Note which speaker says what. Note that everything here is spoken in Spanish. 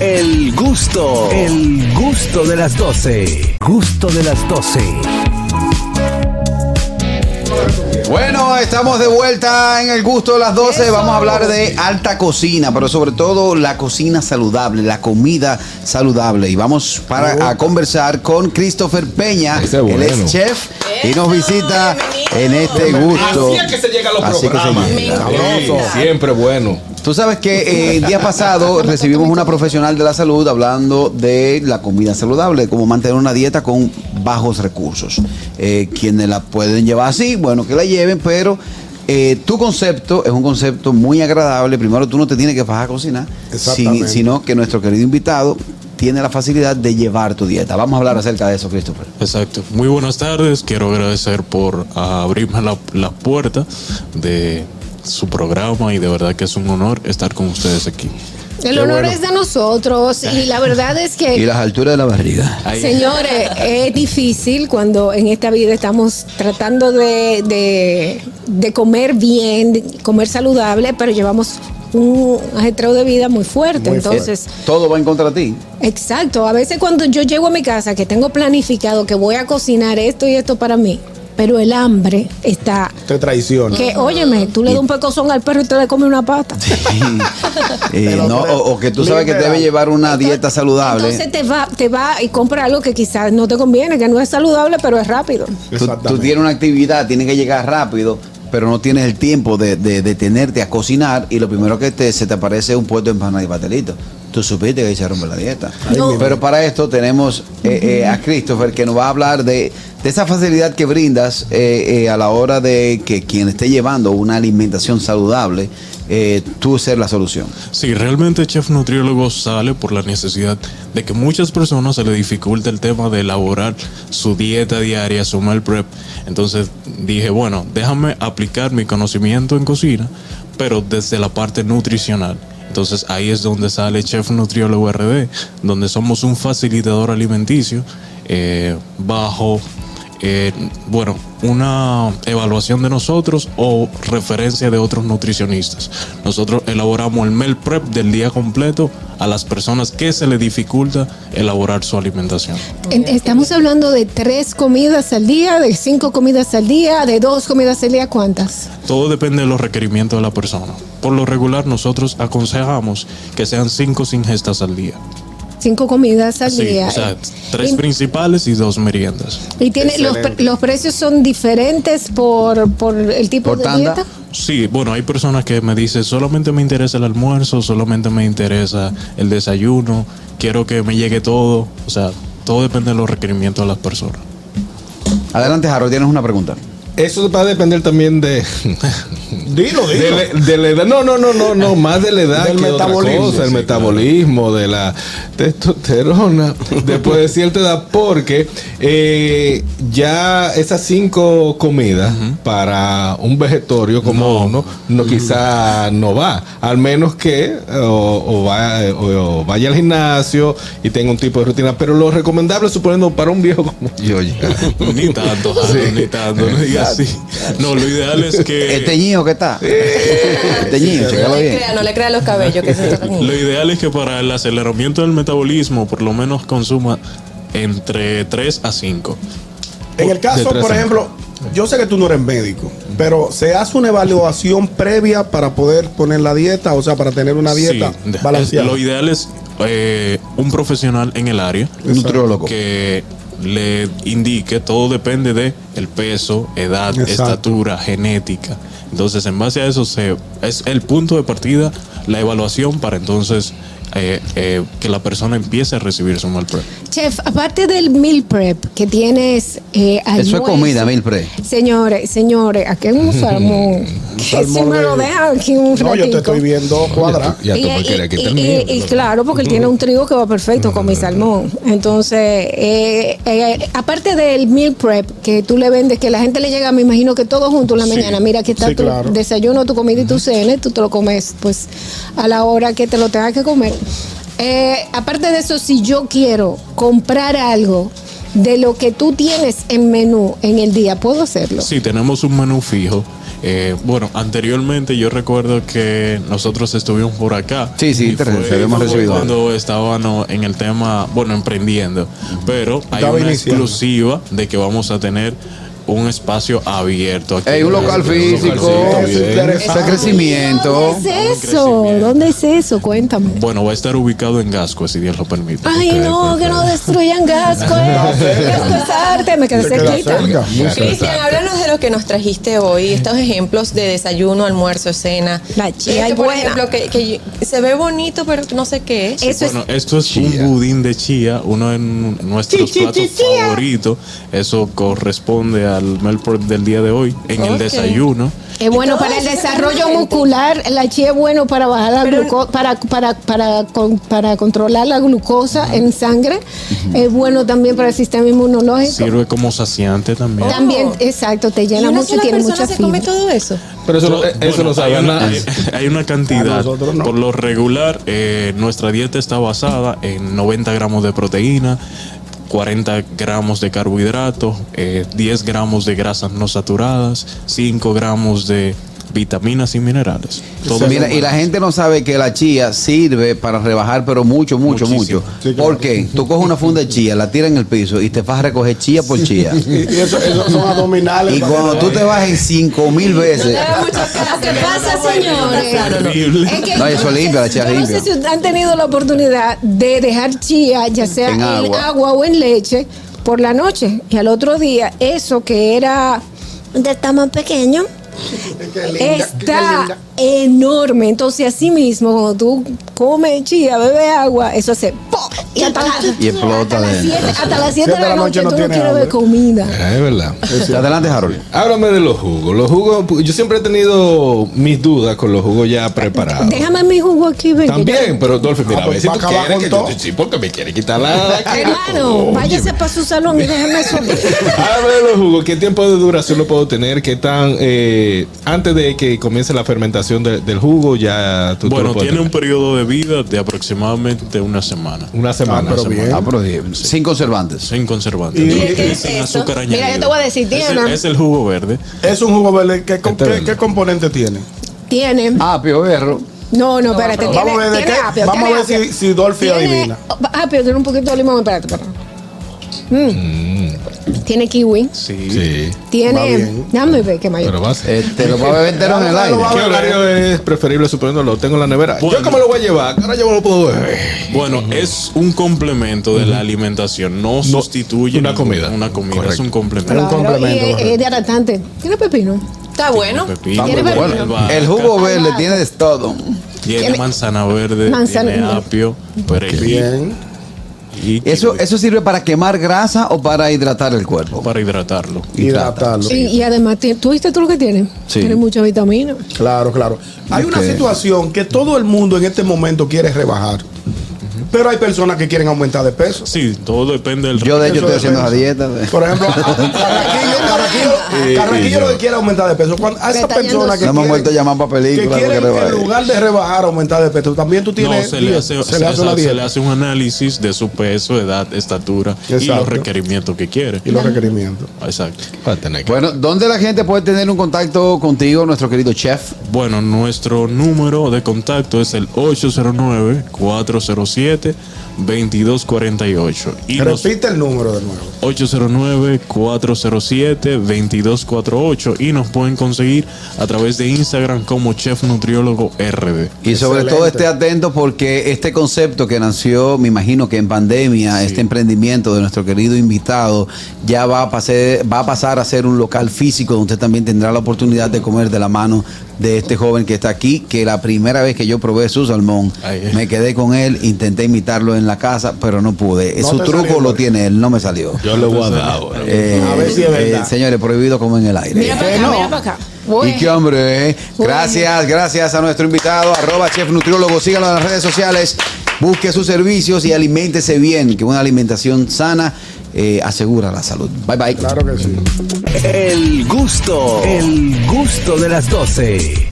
Speaker 1: El gusto, el gusto de las 12. Gusto de las 12.
Speaker 2: Bueno, estamos de vuelta en el gusto de las 12. Vamos a hablar de alta cocina, pero sobre todo la cocina saludable, la comida saludable. Y vamos para a conversar con Christopher Peña,
Speaker 3: Ese es
Speaker 2: él
Speaker 3: bueno.
Speaker 2: es chef y nos visita en este gusto.
Speaker 4: Así es que se llega a los
Speaker 2: Así que se
Speaker 4: programas.
Speaker 2: llega.
Speaker 3: Sí,
Speaker 4: Sabroso.
Speaker 3: siempre bueno.
Speaker 2: Tú sabes que eh, el día pasado recibimos una profesional de la salud hablando de la comida saludable, cómo mantener una dieta con bajos recursos. Eh, quienes la pueden llevar así, bueno, que la lleven, pero eh, tu concepto es un concepto muy agradable. Primero, tú no te tienes que bajar a cocinar,
Speaker 4: Exactamente.
Speaker 2: si- sino que nuestro querido invitado tiene la facilidad de llevar tu dieta. Vamos a hablar acerca de eso, Christopher.
Speaker 5: Exacto. Muy buenas tardes. Quiero agradecer por abrirme la, la puerta de su programa y de verdad que es un honor estar con ustedes aquí.
Speaker 6: El
Speaker 5: Qué
Speaker 6: honor
Speaker 5: bueno.
Speaker 6: es de nosotros y la verdad es
Speaker 2: Y
Speaker 6: que,
Speaker 2: las alturas de la barriga.
Speaker 5: Ahí.
Speaker 6: señores, es difícil cuando en esta vida estamos tratando de, de- de comer bien, de comer saludable, pero llevamos un ajetreo de vida muy fuerte. Entonces,
Speaker 2: Todo va en contra de ti.
Speaker 6: exacto, a veces cuando yo llego a mi casa que tengo planificado que voy a cocinar esto y esto para mí, pero el hambre está...
Speaker 4: Te traiciona.
Speaker 6: Que, óyeme, tú le das un pecozón al perro y te le come una pata.
Speaker 2: Eh,
Speaker 4: Pero
Speaker 2: no,
Speaker 4: creo-
Speaker 2: o, o que tú sabes que
Speaker 4: liberal.
Speaker 2: debe llevar una dieta saludable.
Speaker 6: Entonces te va, te va y compra algo que quizás no te conviene, que no es saludable, pero es rápido.
Speaker 2: Tú, tú tienes una actividad, tienes que llegar rápido, pero no tienes el tiempo de, de, detenerte a cocinar y lo primero que te, se te aparece es un puesto de empanada y pastelito. Tú supiste que ahí se rompe la dieta.
Speaker 6: No.
Speaker 2: Pero para esto tenemos eh, eh, a Christopher que nos va a hablar de, de esa facilidad que brindas eh, eh, a la hora de que quien esté llevando una alimentación saludable, eh, tú ser la solución.
Speaker 5: Sí, realmente Chef Nutriólogo sale por la necesidad de que muchas personas se le dificulta el tema de elaborar su dieta diaria, su meal prep. Entonces dije, bueno, déjame aplicar mi conocimiento en cocina, pero desde la parte nutricional. Entonces ahí es donde sale Chef Nutriólogo RD, donde somos un facilitador alimenticio eh, bajo eh, bueno, una evaluación de nosotros o referencia de otros nutricionistas. Nosotros elaboramos el meal prep del día completo a las personas que se les dificulta elaborar su alimentación.
Speaker 6: En- Estamos hablando de tres comidas al día, de cinco comidas al día, de dos comidas al día, ¿cuántas?
Speaker 5: Todo depende de los requerimientos de la persona. Por lo regular, nosotros aconsejamos que sean cinco ingestas al día.
Speaker 6: Cinco comidas al
Speaker 5: Sí,
Speaker 6: día. eh.
Speaker 5: o sea, tres
Speaker 6: Y-
Speaker 5: principales y dos meriendas.
Speaker 6: y tiene los, pre-
Speaker 4: Excelente.
Speaker 6: los precios son diferentes por, por el tipo
Speaker 2: Por
Speaker 6: de
Speaker 2: tanda.
Speaker 6: dieta.
Speaker 5: Sí, bueno, hay personas que me dicen, solamente me interesa el almuerzo, solamente me interesa el desayuno, quiero que me llegue todo. O sea, todo depende de los requerimientos de las personas.
Speaker 2: Adelante, Harold, tienes una pregunta.
Speaker 3: Eso va a depender también de,
Speaker 4: Dilo,
Speaker 3: de,
Speaker 4: dilo.
Speaker 3: la- de la edad. No, no, no, no, no, más de la edad
Speaker 4: Del
Speaker 3: que otra
Speaker 4: metabolismo,
Speaker 3: cosa, el
Speaker 4: sí,
Speaker 3: metabolismo, de la testosterona, después de cierta edad, porque eh, ya esas cinco comidas para un vegetorio como
Speaker 5: No.
Speaker 3: uno, no quizá no va, al menos que eh, o, o va- o- o vaya al gimnasio y tenga un tipo de rutina, pero lo recomendable, suponiendo para un viejo como yo, ya.
Speaker 5: Ni tanto, Harold, ni tanto, no digas así. No, lo ideal es que...
Speaker 2: El Eh, teñido que está. El teñido, chécalo
Speaker 7: No le
Speaker 2: bien.
Speaker 7: crea, no le crea los cabellos que se tocan.
Speaker 5: Lo ideal es que para el aceleramiento del metabolismo, por lo menos consuma entre 3 a 5.
Speaker 4: En el caso,
Speaker 3: Detrás
Speaker 4: por
Speaker 3: de-
Speaker 4: ejemplo, yo sé que tú no eres médico, pero se hace una evaluación previa para poder poner la dieta, o sea, para tener una dieta
Speaker 5: Sí, de-
Speaker 4: balanceada.
Speaker 5: Lo ideal es eh, un profesional en el área.
Speaker 2: Nutriólogo.
Speaker 5: que le indique, todo depende de el peso, edad,
Speaker 4: Exacto.
Speaker 5: estatura, genética. Entonces, en base a eso se, es el punto de partida, la evaluación para entonces eh, eh, que la persona empiece a recibir su mal prep.
Speaker 6: Chef, aparte del meal prep que tienes eh,
Speaker 2: Eso es
Speaker 6: almuerzo-
Speaker 2: comida, mil pre.
Speaker 6: Señores, señores, aquí hay un salmón. que si
Speaker 4: salmón
Speaker 6: me
Speaker 4: de-
Speaker 6: lo dejan aquí un
Speaker 4: no, yo te
Speaker 6: ratico.
Speaker 4: estoy viendo cuadrar.
Speaker 3: Ya
Speaker 6: y,
Speaker 3: tú me
Speaker 6: y-
Speaker 3: quieres quitar
Speaker 6: y-
Speaker 3: el mío,
Speaker 6: y- y
Speaker 3: ¿no?
Speaker 6: claro, porque él tiene un trigo que va perfecto con mi salmón. Entonces, eh, eh, aparte del meal prep que tú le vendes, que la gente le llega, me imagino que todo junto en la
Speaker 5: Sí.
Speaker 6: mañana. Mira, aquí está
Speaker 4: Sí,
Speaker 6: tu
Speaker 4: claro.
Speaker 6: desayuno, tu comida y tu cena, y tú te lo comes pues a la hora que te lo tengas que comer. Eh, aparte de eso, si yo quiero comprar algo de lo que tú tienes en menú en el día, ¿puedo hacerlo?
Speaker 5: Sí, tenemos un menú fijo Eh, bueno, anteriormente yo recuerdo que nosotros estuvimos por acá.
Speaker 2: Sí, sí,
Speaker 5: y
Speaker 2: te
Speaker 5: fue-
Speaker 2: te habíamos
Speaker 5: fue
Speaker 2: recibido.
Speaker 5: Cuando estábamos en el tema, bueno, emprendiendo. Pero hay
Speaker 4: Estaba
Speaker 5: una
Speaker 4: iniciando.
Speaker 5: exclusiva de que vamos a tener un espacio abierto. aquí.
Speaker 2: Ey, un local físico.
Speaker 5: localcito
Speaker 4: Eso
Speaker 5: bien.
Speaker 4: es interesante.
Speaker 2: Ese crecimiento.
Speaker 6: ¿Dónde es eso? ¿Dónde es eso? Cuéntame.
Speaker 5: Bueno, va a estar ubicado en Gasco, si Dios lo permite.
Speaker 6: Ay, no, que no destruyan Gasco. eh. Gasco es arte, me quedé
Speaker 4: Te queda
Speaker 6: cerquita.
Speaker 4: cerca, muy
Speaker 7: Cristian, háblanos de lo que nos trajiste hoy, estos ejemplos de desayuno, almuerzo, cena.
Speaker 6: La chía
Speaker 7: Este,
Speaker 6: es
Speaker 7: por
Speaker 6: buena.
Speaker 7: ejemplo, que, que se ve bonito, pero no sé qué es.
Speaker 6: Eso
Speaker 5: Bueno, esto es un budín de chía, uno de n- nuestros platos favoritos. Eso corresponde al meal prep del día de hoy, en el
Speaker 7: Ok.
Speaker 5: desayuno.
Speaker 6: es Eh, bueno para el
Speaker 7: Entonces,
Speaker 6: desarrollo
Speaker 7: realmente-
Speaker 6: muscular, la chía es bueno para bajar la
Speaker 7: Pero-
Speaker 6: glucosa, para, para, para, con- para controlar la glucosa en sangre, es bueno también para el sistema inmunológico.
Speaker 5: Sirve como saciante también.
Speaker 7: Oh.
Speaker 6: También, exacto, te
Speaker 7: ¿Y
Speaker 6: llena
Speaker 7: una
Speaker 6: mucho,
Speaker 7: sola
Speaker 6: tiene
Speaker 7: persona
Speaker 6: mucha
Speaker 7: se come
Speaker 6: fibra.
Speaker 7: todo eso?
Speaker 3: Pero eso,
Speaker 5: Todo-
Speaker 3: eh, eso
Speaker 5: bueno,
Speaker 3: lo sabe
Speaker 5: hay una,
Speaker 3: nadie.
Speaker 5: hay, hay una
Speaker 4: A
Speaker 5: cantidad.
Speaker 4: nosotros no.
Speaker 5: Por lo regular, eh, nuestra dieta está basada en 90 gramos de proteína, 40 gramos de carbohidratos, eh, 10 gramos de grasas no saturadas, 5 gramos de vitaminas y minerales. Todo
Speaker 2: Mira, y la gente no sabe que la chía sirve para rebajar, pero mucho, mucho,
Speaker 5: Muchísimo.
Speaker 2: mucho. ¿Por qué? Tú coges una funda de chía, la tiras en el piso y te vas a recoger chía por chía.
Speaker 4: Y y eso, esos son abdominales.
Speaker 2: Y
Speaker 4: para
Speaker 2: cuando
Speaker 4: que-
Speaker 2: tú te bajes cinco mil veces,
Speaker 6: Lo que pasa, señores,
Speaker 5: horrible.
Speaker 6: Es que
Speaker 2: No,
Speaker 6: yo
Speaker 2: eso
Speaker 6: sé-
Speaker 2: limpia, la chía
Speaker 6: yo no
Speaker 2: limpia.
Speaker 6: sé si ustedes han tenido la oportunidad de dejar chía, ya sea en
Speaker 2: En
Speaker 6: agua.
Speaker 2: agua.
Speaker 6: o en leche, por la noche. Y al otro día, eso que era de tamaño pequeño,
Speaker 4: Qué linda, qué
Speaker 6: está
Speaker 4: linda.
Speaker 6: enorme. Entonces, así mismo, cuando tú comes chía, bebes agua, eso hace ¡pop! Y hasta, la-
Speaker 2: Y explota
Speaker 6: hasta las
Speaker 2: dentro.
Speaker 6: 7 hasta las siete de la noche,
Speaker 4: no
Speaker 6: tú no
Speaker 4: tiene
Speaker 6: quieres ver
Speaker 4: hambre.
Speaker 6: comida.
Speaker 3: Ah, Es verdad.
Speaker 2: adelante, Harold.
Speaker 3: Háblame de los jugos. Los jugos, pu- yo siempre he tenido mis dudas con los jugos ya preparados.
Speaker 6: Déjame mi jugo aquí, ven. que
Speaker 3: También, pero Dolphy, mira,
Speaker 4: Ah,
Speaker 3: a ver
Speaker 4: pues
Speaker 3: si
Speaker 4: va
Speaker 3: tú
Speaker 4: a acabar
Speaker 3: quieres
Speaker 4: con
Speaker 3: que yo
Speaker 4: todo.
Speaker 3: sí, porque me quiere quitar la.
Speaker 6: yo- Hermano, váyase para su salón y déjame eso.
Speaker 3: Háblame de los jugos. ¿Qué tiempo de duración lo puedo tener? ¿Qué tan eh, antes de que comience la fermentación de- del jugo ya tú tú
Speaker 5: Bueno,
Speaker 3: lo puedes
Speaker 5: tiene un
Speaker 3: tener?
Speaker 5: periodo de vida de aproximadamente una semana.
Speaker 3: una semana.
Speaker 4: pero
Speaker 3: semana.
Speaker 4: bien.
Speaker 2: Ah, pero bien. Sin conservantes.
Speaker 5: Sin conservantes.
Speaker 4: ¿Y
Speaker 5: Sin-
Speaker 7: qué es
Speaker 5: sin
Speaker 7: esto?
Speaker 5: azúcar
Speaker 7: Mira, yo te
Speaker 5: añadido.
Speaker 7: voy a decir,
Speaker 5: Es el-
Speaker 7: Diana.
Speaker 5: es el jugo verde.
Speaker 4: Es un jugo verde. ¿Qué, com-
Speaker 3: Este
Speaker 4: qué-
Speaker 3: verde.
Speaker 4: qué componente tiene?
Speaker 6: Tiene.
Speaker 2: Apio, Ah, berro.
Speaker 6: No, no, espérate.
Speaker 4: Vamos a
Speaker 6: Pues tiene-
Speaker 4: ver, de
Speaker 6: tiene
Speaker 4: qué-
Speaker 6: apio,
Speaker 4: vamos
Speaker 6: tiene
Speaker 4: a ver si-
Speaker 6: apio.
Speaker 4: si Dolphy
Speaker 6: Tiene-
Speaker 4: adivina.
Speaker 6: Apio, tiene un poquito de limón, espérate, espérate. Mm. Tiene kiwi.
Speaker 5: Sí.
Speaker 3: Sí.
Speaker 4: Va
Speaker 6: Tiene.
Speaker 4: bien.
Speaker 6: Déjame ver qué mayor.
Speaker 3: Pero va a ser.
Speaker 4: Eh,
Speaker 2: Este, lo va a beber entero en el aire.
Speaker 3: ¿Qué horario es preferible suponiendo lo tengo en la nevera?
Speaker 5: Bueno.
Speaker 3: ¿Yo cómo lo voy a llevar? Ahora yo me lo puedo beber.
Speaker 5: Bueno, es un complemento de la alimentación. No, sustituye
Speaker 3: una
Speaker 5: ningún-
Speaker 3: comida.
Speaker 5: Una comida, es
Speaker 3: Correcto.
Speaker 5: un complemento.
Speaker 4: Pero un complemento,
Speaker 6: y es,
Speaker 4: correcto.
Speaker 6: es de hidratante. Tiene pepino.
Speaker 7: Está bueno.
Speaker 5: Pepino,
Speaker 6: Tiene
Speaker 5: tiene
Speaker 6: bueno.
Speaker 5: albahaca,
Speaker 2: El jugo verde tiene de todo.
Speaker 5: Tiene
Speaker 6: tiene-
Speaker 5: manzana verde,
Speaker 6: Manzana
Speaker 5: tiene
Speaker 6: verde.
Speaker 5: apio, perejil
Speaker 4: Bien.
Speaker 5: y
Speaker 2: Eso,
Speaker 5: kiwi
Speaker 2: eso sirve para quemar grasa o para hidratar el cuerpo.
Speaker 5: para hidratarlo.
Speaker 4: Hidratarlo.
Speaker 6: Y, y además, ti- ¿tú viste tú lo que tiene?
Speaker 2: Sí.
Speaker 6: Tiene mucha vitamina.
Speaker 4: Claro, claro. Hay una
Speaker 2: Ok.
Speaker 4: situación que todo el mundo en este momento quiere rebajar. Pero hay personas que quieren aumentar de peso.
Speaker 5: Sí, todo depende del
Speaker 2: Yo de hecho
Speaker 4: Eso
Speaker 2: estoy haciendo esa
Speaker 4: depende.
Speaker 2: dieta. pues.
Speaker 4: Por ejemplo, a- a- Carraquillo, Carraquillo,
Speaker 3: Y-
Speaker 4: Carraquillo
Speaker 3: y yo.
Speaker 4: lo que quiere aumentar de peso. Cuando, a esa
Speaker 6: Detallando
Speaker 4: persona
Speaker 6: su-
Speaker 4: que
Speaker 2: No me han
Speaker 4: quiere-
Speaker 2: vuelto a llamar pa' película,
Speaker 4: que
Speaker 2: porque
Speaker 4: quiere, en
Speaker 2: rebaje.
Speaker 4: lugar de rebajar, aumentar de peso. También tú
Speaker 5: No,
Speaker 4: tienes.
Speaker 5: se le, hace,
Speaker 4: se le hace una
Speaker 5: se
Speaker 4: dieta.
Speaker 5: le hace un análisis de su peso, edad, estatura y
Speaker 4: Exacto.
Speaker 5: los requerimientos que quiere.
Speaker 4: Y los requerimientos.
Speaker 5: Exacto.
Speaker 3: Va a tener que-
Speaker 2: Bueno, ¿dónde la gente puede tener un contacto contigo, nuestro querido chef?
Speaker 5: Bueno, nuestro número de contacto es el 809-407-2248. Y nos-
Speaker 4: Repite el número de nuevo.
Speaker 5: 809-407-2248 y nos pueden conseguir a través de Instagram como Chef Nutriólogo RD.
Speaker 2: Y sobre
Speaker 4: Excelente.
Speaker 2: todo esté atento porque este concepto que nació, me imagino que en pandemia, este emprendimiento de nuestro querido invitado, ya va a, pase- va a pasar a ser un local físico donde usted también tendrá la oportunidad de comer de la mano de este joven que está aquí, que la primera vez que yo probé su salmón,
Speaker 5: Ay, eh.
Speaker 2: me quedé con él, intenté imitarlo en la casa, pero no pude.
Speaker 4: No
Speaker 2: su
Speaker 4: te
Speaker 2: truco
Speaker 4: salió,
Speaker 2: lo
Speaker 4: Jorge.
Speaker 2: tiene él, no me salió.
Speaker 3: Yo le voy a dar ahora.
Speaker 2: Eh,
Speaker 4: A ver si es verdad.
Speaker 2: señores, prohibido comer en el aire.
Speaker 6: Mira para
Speaker 4: Eh,
Speaker 6: acá,
Speaker 4: no.
Speaker 6: mira para acá.
Speaker 2: Y qué hombre, ¿eh? Gracias, gracias a nuestro invitado, arroba chef nutriólogo. Síganlo en las redes sociales, busque sus servicios y aliméntese bien, que una alimentación sana eh, asegura la salud. Bye bye.
Speaker 4: Claro que sí.
Speaker 1: El gusto, el gusto de las 12.